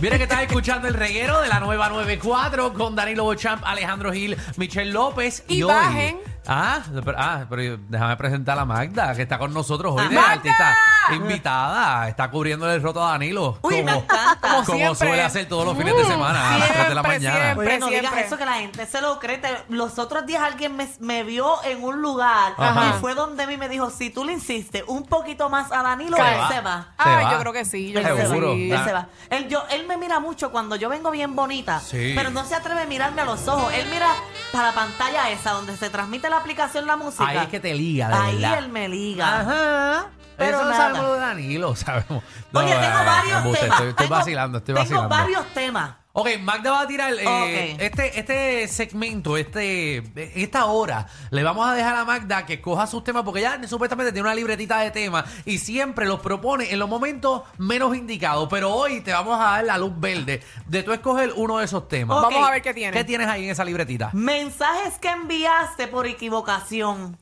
Mira que estás escuchando el reguero de la nueva 94 con Danilo Bochamp, Alejandro Gil, Michelle López y, Y hoy- bajen. Ah, pero, ah, pero déjame presentar a Magda, que está con nosotros hoy de ¡Magda! artista invitada. Está cubriéndole el roto a Danilo. Uy, me encanta. Como Como siempre. suele hacer todos los fines de Mm, semana a las 3 de la siempre, mañana. siempre. Oye, no digas siempre. eso que la gente se lo cree. Te- los otros días alguien me, me vio en un lugar Ajá. y fue donde mí me dijo, si tú le insistes un poquito más a Danilo, Se él va. se va. Se Ay, va. yo creo que sí, yo Él creo que Seguro. Ah. sí. se va. Él, se va. Él- yo- él me mira mucho cuando yo vengo bien bonita, Sí. pero no se atreve a mirarme a los ojos. Él mira para la pantalla esa donde se transmite la aplicación la música. Ahí es que te liga, de Ahí verdad. él me liga. Ajá. Pero Eso lo nada. sabemos de Danilo, sabemos. Oye, No, tengo eh, varios embuste, temas. Estoy, estoy Tengo- vacilando, estoy Tengo vacilando. varios temas. Ok, Magda va a tirar eh, Ok. este, este segmento, este, esta hora. Le vamos a dejar a Magda que coja sus temas porque ella supuestamente tiene una libretita de temas y siempre los propone en los momentos menos indicados. Pero hoy te vamos a dar la luz verde de tú escoger uno de esos temas. Vamos Ok. a ver qué tiene. ¿Qué tienes ahí en esa libretita? Mensajes que enviaste por equivocación.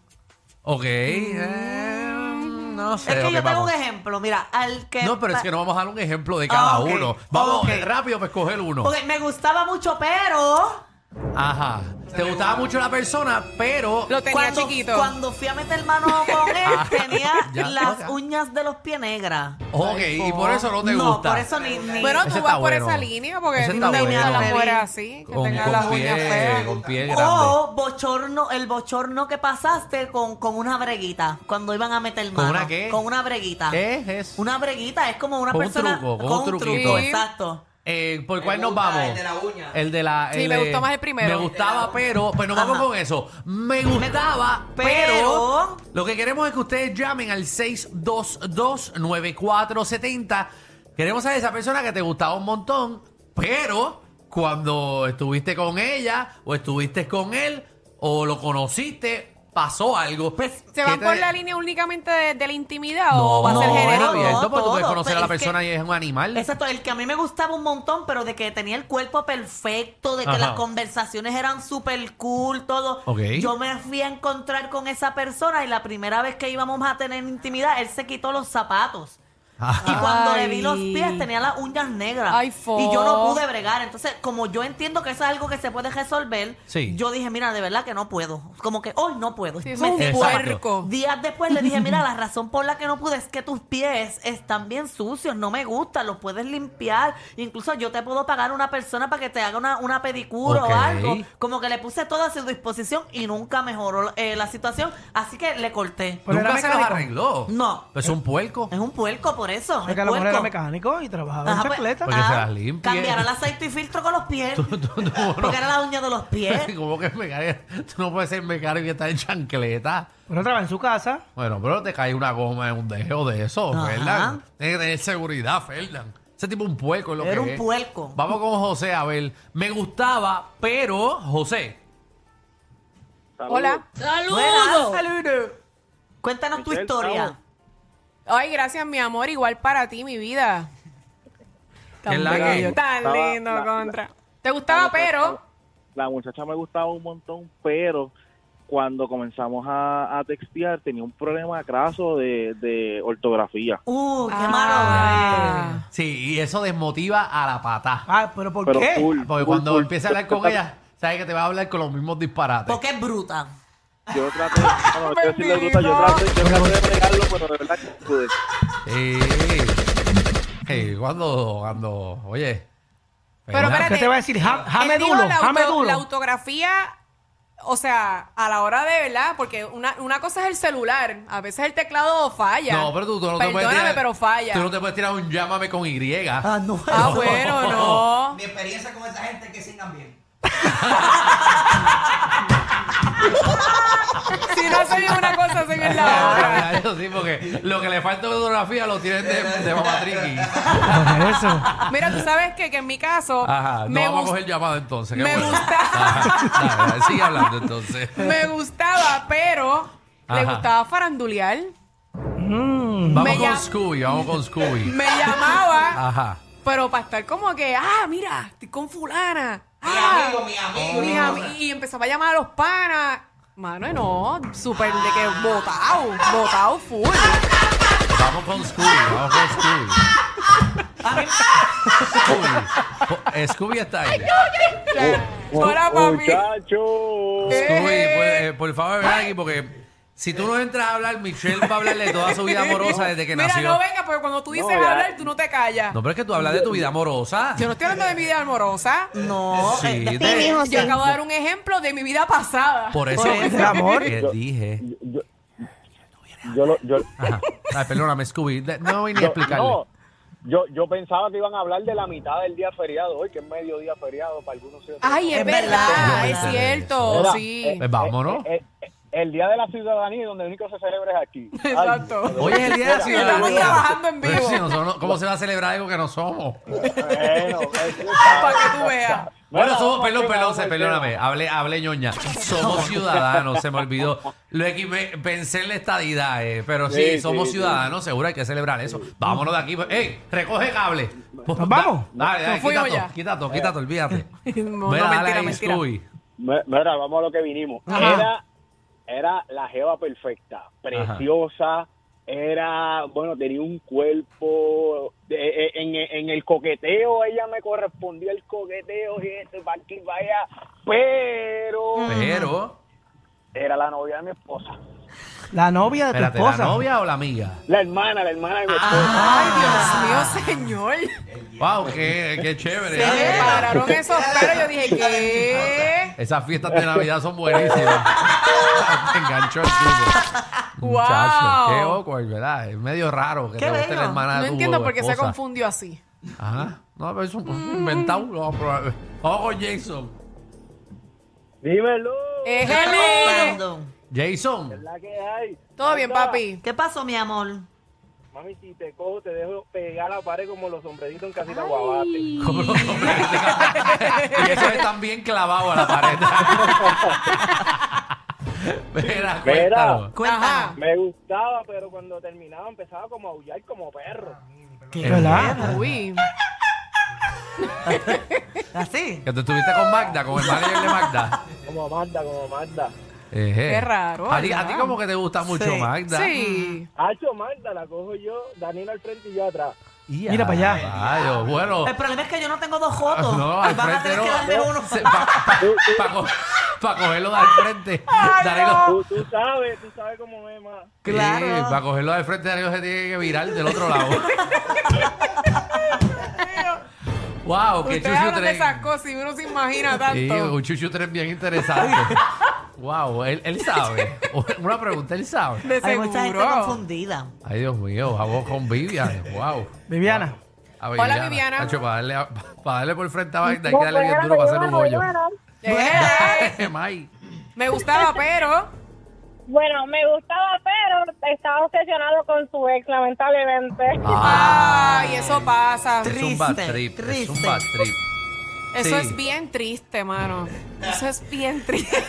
Ok. eh, no sé. Mm. Es que ok, yo tengo vamos. un ejemplo, mira, al que... No, pero es que no vamos a dar un ejemplo de cada Ah, ok. uno. Vamos Ok. eh, rápido para escoger uno. Porque me gustaba mucho, pero... Ajá. Te gustaba mucho la persona, pero... Lo tenía chiquito. Cuando fui a meter mano con Ah, él, tenía ya. las Ok. uñas de los pies negras. Ok, y por eso no te No, gusta. por eso ni... ni- Bueno, Ese tú está vas por bueno. esa línea porque Ese tú está te gustan bueno. las mujeres así, que con, tengan con las uñas pie, feas. con pie grande. o bochorno, el bochorno que pasaste con, con una breguita, cuando iban a meter ¿Con mano. una qué? Con una breguita. ¿Qué es eso? Una breguita es como una Con un persona... truco, con un truquito. truco, Sí. exacto. Eh, ¿Por cuál Me nos gusta vamos? el de la uña. El de la- Sí, el me de- gustó más el primero. Me gustaba, pero. Pues nos Ajá. vamos con eso. Me gustaba, pero. pero- Lo que queremos es que ustedes llamen al 622-9470. Queremos saber esa persona que te gustaba un montón, pero cuando estuviste con ella o estuviste con él o lo conociste, pasó algo. Pues, ¿Se ¿Qué van te- por la línea únicamente de, de la intimidad No, o va a ser no, era general? abierto, porque tú todo, puedes conocer a la pero es persona que- y es un animal. Exacto, el que a mí me gustaba un montón, pero de que tenía el cuerpo perfecto, de que Ajá. las conversaciones eran súper cool, todo. Ok. Yo me fui a encontrar con esa persona y la primera vez que íbamos a tener intimidad, él se quitó los zapatos. Ah. Y cuando le Ay. vi los pies tenía las uñas negras. Ay, fo. Y yo no pude bregar. Entonces, como yo entiendo que eso es algo que se puede resolver, Sí. yo dije, mira, de verdad que no puedo. Como que hoy no puedo. Sí, Me eso es un fui. Exacto. puerco. Días después le dije, mira, la razón por la que no pude es que tus pies están bien sucios, no me gustan, los puedes limpiar. Incluso yo te puedo pagar una persona para que te haga una, una pedicura Ok. o algo. Como que le puse todo a su disposición y nunca mejoró eh, la situación, así que le corté. Pero Nunca era se los mecánico. arregló. No. Pues es un puerco. Es un puerco por eso. Porque es a lo mejor era puerco. mecánico y Ajá, trabajaba en pues, chancleta. Porque se las limpie. Cambiar el aceite y filtro con los pies. Porque era la uña de los pies. ¿Cómo que es mecánico? Tú no puedes ser mecánico y estar en chancleta. Pero trabaja en su casa. Bueno, pero te cae una goma en un dejo de eso, Ajá. Fernan. Tienes que tener seguridad, Fernan. Ese tipo es un puerco es lo Era que un es. puerco. Vamos con José, a ver. Me gustaba, pero... José. Hola. Buenas, saludos. Cuéntanos tu Michelle, historia. estamos. Ay, gracias, mi amor. Igual para ti, mi vida. ¿Qué Tan la que? bello, tan Estaba- lindo, la- contra. ¿Te La gustaba, muchacha- pero? La muchacha me gustaba un montón, pero cuando comenzamos a, a textear tenía un problema craso de, de ortografía. Uh, qué malo. Ah. Sí, y eso desmotiva a la pata. Ah, pero ¿por Pero qué? full, Porque full, cuando full. empieza a hablar con ella, sabes que te va a hablar con los mismos disparates. Porque es bruta. Yo traté, bueno, no quiero decirle bruta, yo Bendito. traté, yo traté de pegarlo, pero de verdad que no pude. Sí. Sí, cuando, cuando, oye. Pero Fernan, espérate, ¿Qué te va a decir? Ja- Jame Él dijo duro, la, jame auto- la duro. autografía, o sea, a la hora de, ¿verdad? Porque una, una cosa es el celular, a veces el teclado falla. No, pero tú, tú no te puedes Perdóname, tirar. pero falla. Tú no te puedes tirar un llámame con Y. Ah, no. Ah, bueno, no. Mi experiencia con esa gente es que singan bien. Si no se vive una cosa, se vive la otra. Ah, Eso sí, porque lo que le falta de fotografía lo tienen de, de mamatriqui. Por eso. Mira, tú sabes que, que en mi caso Ajá, no me, vamos a gust- coger llamada entonces. qué me bueno. gusta- Ajá, dale, dale, sigue hablando entonces. me gustaba, pero le Ajá. gustaba farandulear. Vamos Me con llam- Scooby, vamos con Scooby. Me llamaba, Ajá. pero para estar como que, ah, mira, estoy con fulana. Mi Ah, amigo, mi amigo. Mis mi amigo. ami- y empezaba a llamar a los panas. Mano, no, súper de que botado, botado full. Vamos con Scooby, vamos con Scooby. A mí, Uy, Scooby está ahí. Hola, papi. Muchacho. Scooby, pues, eh, por favor, ven aquí porque si tú no entras a hablar, Michelle va a hablar de toda su vida amorosa desde que Mira, nació. no venga, porque cuando tú dices No, ya. hablar, tú no te callas. No, pero es que tú hablas de tu vida amorosa. Yo no estoy hablando de mi vida amorosa. No, Sí, eh, de- de- Sí, mijo, Yo sí. acabo de dar un ejemplo de mi vida pasada. Por eso Por es eso. que Amor. te dije. Yo, yo, lo- yo- Ajá. Ay, perdóname, Scooby. de- No voy ni a yo- explicarle. no, yo, yo pensaba que iban a hablar de la mitad del día feriado hoy, que es mediodía feriado para algunos. y otros. Ay, es, Es verdad, verdad, es es cierto, Mira, eh, sí. Pues vámonos. eh, eh, el día de la ciudadanía, donde el único que se celebra es aquí. Ay, Exacto. Hoy es el día de la Estamos ciudadanía. trabajando en Pero vivo. si nosotros no- ¿Cómo se va a celebrar algo que no somos? Bueno, es- Eh, Para que tú veas. Bueno, Bueno, somos, vamos perdón, al tema, perdón, vamos al perdóname, hablé, hablé ñoña. Somos ciudadanos, se me olvidó. Lo equipe- pensé en la estadidad, eh, pero sí, Sí, somos sí, ciudadanos, seguro hay que celebrar eso. Vámonos de aquí. ¡Ey! Recoge cable. Nos vamos. Da- Dale, dale, Nos fuimos quita ya. todo, quita todo, quita todo, olvídate. No, Mira, no, dale mentira, ahí, mentira. Scooby. Mi- Mira, vamos a lo que vinimos. Ajá. Era, era la jeva perfecta, preciosa, era, bueno, tenía un cuerpo. de- eh, en, en el coqueteo ella me correspondía el coqueteo y esto, para aquí, para allá, pero Pero, era la novia de mi esposa. La novia de tu espérate, ¿la esposa. novia o la amiga? La hermana, la hermana Ah. de mi esposa. Ay, Dios mío, señor. ¡Wow! ¡Qué, qué chévere! Se me ¿eh? pararon esos pelos. Yo dije, ¿qué? Esas fiestas de Navidad son buenísimas. Te enganchó el tipo. Wow. Muchacho, qué awkward, ¿verdad? Es medio raro que Qué te guste bello. la hermana de No tu entiendo por qué se esposa. confundió así. Ajá. No, pero eso es inventado. Lo vamos a probar. Vamos con Jason. Dímelo. Es el Perdón. Jason. La que hay. Todo bien, Anda. papi. ¿Qué pasó, mi amor? Mami, si te cojo, te dejo pegar la pared como los hombreritos en casita guabate. ¿Cómo lo compraste? y eso están bien clavados a la pared. Mira, cuéntalo. Ajá. Cuéntame. Me gustaba, pero cuando terminaba empezaba como a aullar como perro. Es ¿Verdad? Uy. ¿Así? Que tú estuviste con Magda, con el manager de Magda. Como Magda, como Magda. Ejé. Qué raro, A ti, a ¿verdad? ti como que te gusta mucho Sí. Magda. Sí. Hacho Magda, la cojo yo, Danilo al frente y yo atrás. Ya, Mira para allá. rayo, bueno. El problema es que yo no tengo dos jotos. No, al Eh, Vas a frente tener no. que darme uno. Para cogerlo de al frente. Danilo, Tú, tú sabes, tú sabes cómo es, más. Claro. para cogerlo de al frente, Danilo se tiene que virar del otro lado. wow, qué Ustedes chuchu hablan de tren. esas cosas y uno se imagina Sí, tanto. un chuchu tren bien interesante. wow, él, él sabe. Una pregunta, él sabe. De Hay mucha gente seguro. confundida. Ay, Dios mío, vamos con Vivian. Wow. Viviana. A Hola, Viviana. Nacho, para darle, a- para darle por frente a Magda, hay que darle bien duro para hacer un hoyo. Eh, May. Me gustaba, pero. Bueno, me gustaba, pero estaba obsesionado con su ex, lamentablemente. Ay, eso pasa. Ah, es un bad Ah, Triste, trip, es un triste. bad trip. Eso Sí. es bien triste, mano. Eso es bien triste.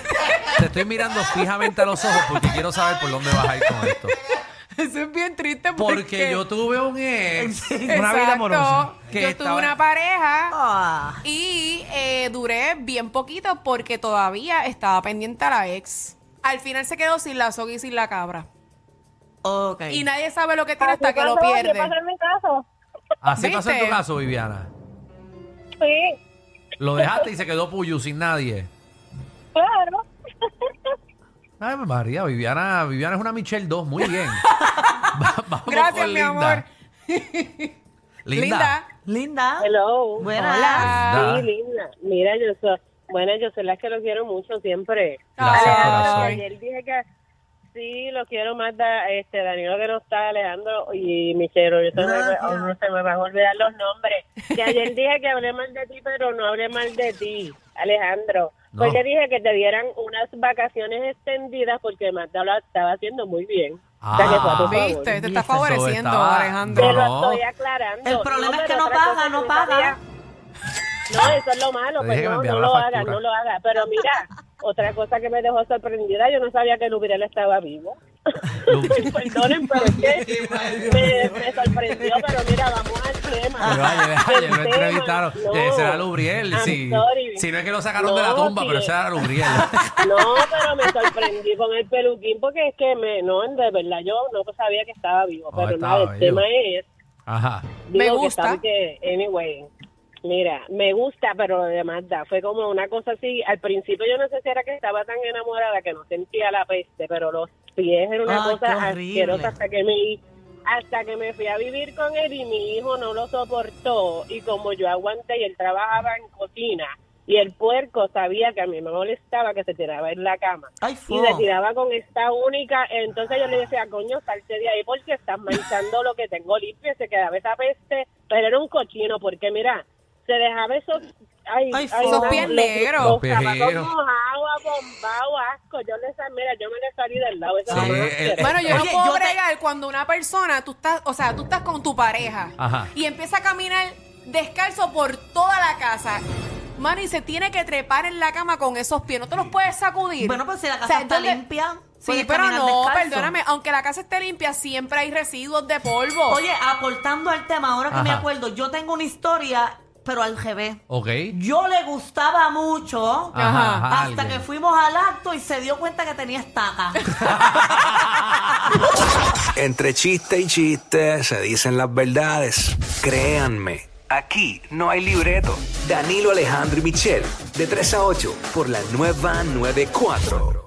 Te estoy mirando fijamente a los ojos porque quiero saber por dónde vas a ir con esto. Eso es bien triste porque, Porque yo tuve un ex. Una vida amorosa. Que yo estaba- tuve una pareja Ah, y eh, duré bien poquito porque todavía estaba pendiente a la ex. Al final se quedó sin la soga y sin la cabra. ok. Y nadie sabe lo que tiene hasta que lo Pasó, pierde. ¿Qué pasó en mi caso? Así pasó en tu ¿Viste? caso, Viviana. Sí, Lo dejaste y se quedó Puyu sin nadie. claro. Ay, pues, María, Viviana, Viviana es una Michelle 2, muy bien. Va- vamos Gracias, con mi amor. Linda. Linda. Hello. Buenas. Linda. Sí, linda. Mira, yo soy, bueno, yo soy la que lo quiero mucho siempre. Eh, Gracias, Ay. Ah, corazón. Ayer dije que sí, lo quiero más, da, este, Danilo que no está, Alejandro y Michero. Yo se me, oh, se me van a olvidar los nombres. Que ayer dije que hablé mal de ti, pero no hablé mal de ti, Alejandro. No. Porque dije que te dieran unas vacaciones extendidas porque Marta lo estaba haciendo muy bien. O sea, que fue a tu Ah, favor. Viste, te Viste, está eso favoreciendo, estaba- Alejandro. Te lo No. estoy aclarando. El problema es que pero no otra cosa paga, que no no paga. sabía. No, eso es lo malo, pues Déjeme no, enviar no la lo factura. haga, no lo haga. Pero mira, otra cosa que me dejó sorprendida, yo no sabía que Lubirel estaba vivo. Lu- Perdonen, pero es que me, me sorprendió, pero mira, vamos al tema. Pero ayer, ayer lo El tema, entrevistaron. no. Eh, será Lubriel. I'm Si, sorry. si no es que lo sacaron de la No, tumba, sí. pero será Lubriel. No, pero me sorprendí con el peluquín porque es que me, no, de verdad, yo no sabía que estaba vivo. No, pero estaba nada, vivo. el tema es Ajá. Me Digo gusta. Que, ¿sabes qué? anyway, mira, me gusta, pero lo demás da. Fue como una cosa así. Al principio yo no sé si era que estaba tan enamorada que no sentía la peste, pero los pies era una Ay, cosa qué horrible. asquerosa hasta que me hasta que me fui a vivir con él y mi hijo no lo soportó y como yo aguanté y él trabajaba en cocina y el puerco sabía que a mí me molestaba que se tiraba en la cama Ay, y fu. se tiraba con esta única. Entonces yo le decía, coño, salte de ahí porque estás manchando lo que tengo limpio. Y se quedaba esa peste, pero era un cochino porque mira, se dejaba esos... Ay, Ay, esos no, pies los- negros. Los, Los zapatos pies. mojados, bombados, asco. Yo le sa- mira, yo me le salí del lado. Eso Sí, eh, no me el- quiero. Bueno, yo no Oye, puedo yo te- bregar cuando una persona, tú estás, o sea, tú estás con tu pareja Ajá. y empieza a caminar descalzo por toda la casa. Mano, y se tiene que trepar en la cama con esos pies. No te los puedes sacudir. Bueno, pues si la casa O sea, está ¿dónde- limpia. Sí, puedes pero caminar no, descalzo. perdóname. Aunque la casa esté limpia, siempre hay residuos de polvo. Oye, aportando al tema, ahora que me Ajá. acuerdo, yo tengo una historia, pero al revés. Ok. Yo le gustaba mucho Ajá, ajá, hasta alguien. que fuimos al acto y se dio cuenta que tenía estaca. Entre chiste y chiste se dicen las verdades. Créanme, aquí no hay libreto. Danilo Alejandro y Michel, de 3 a 8, por la nueva 94.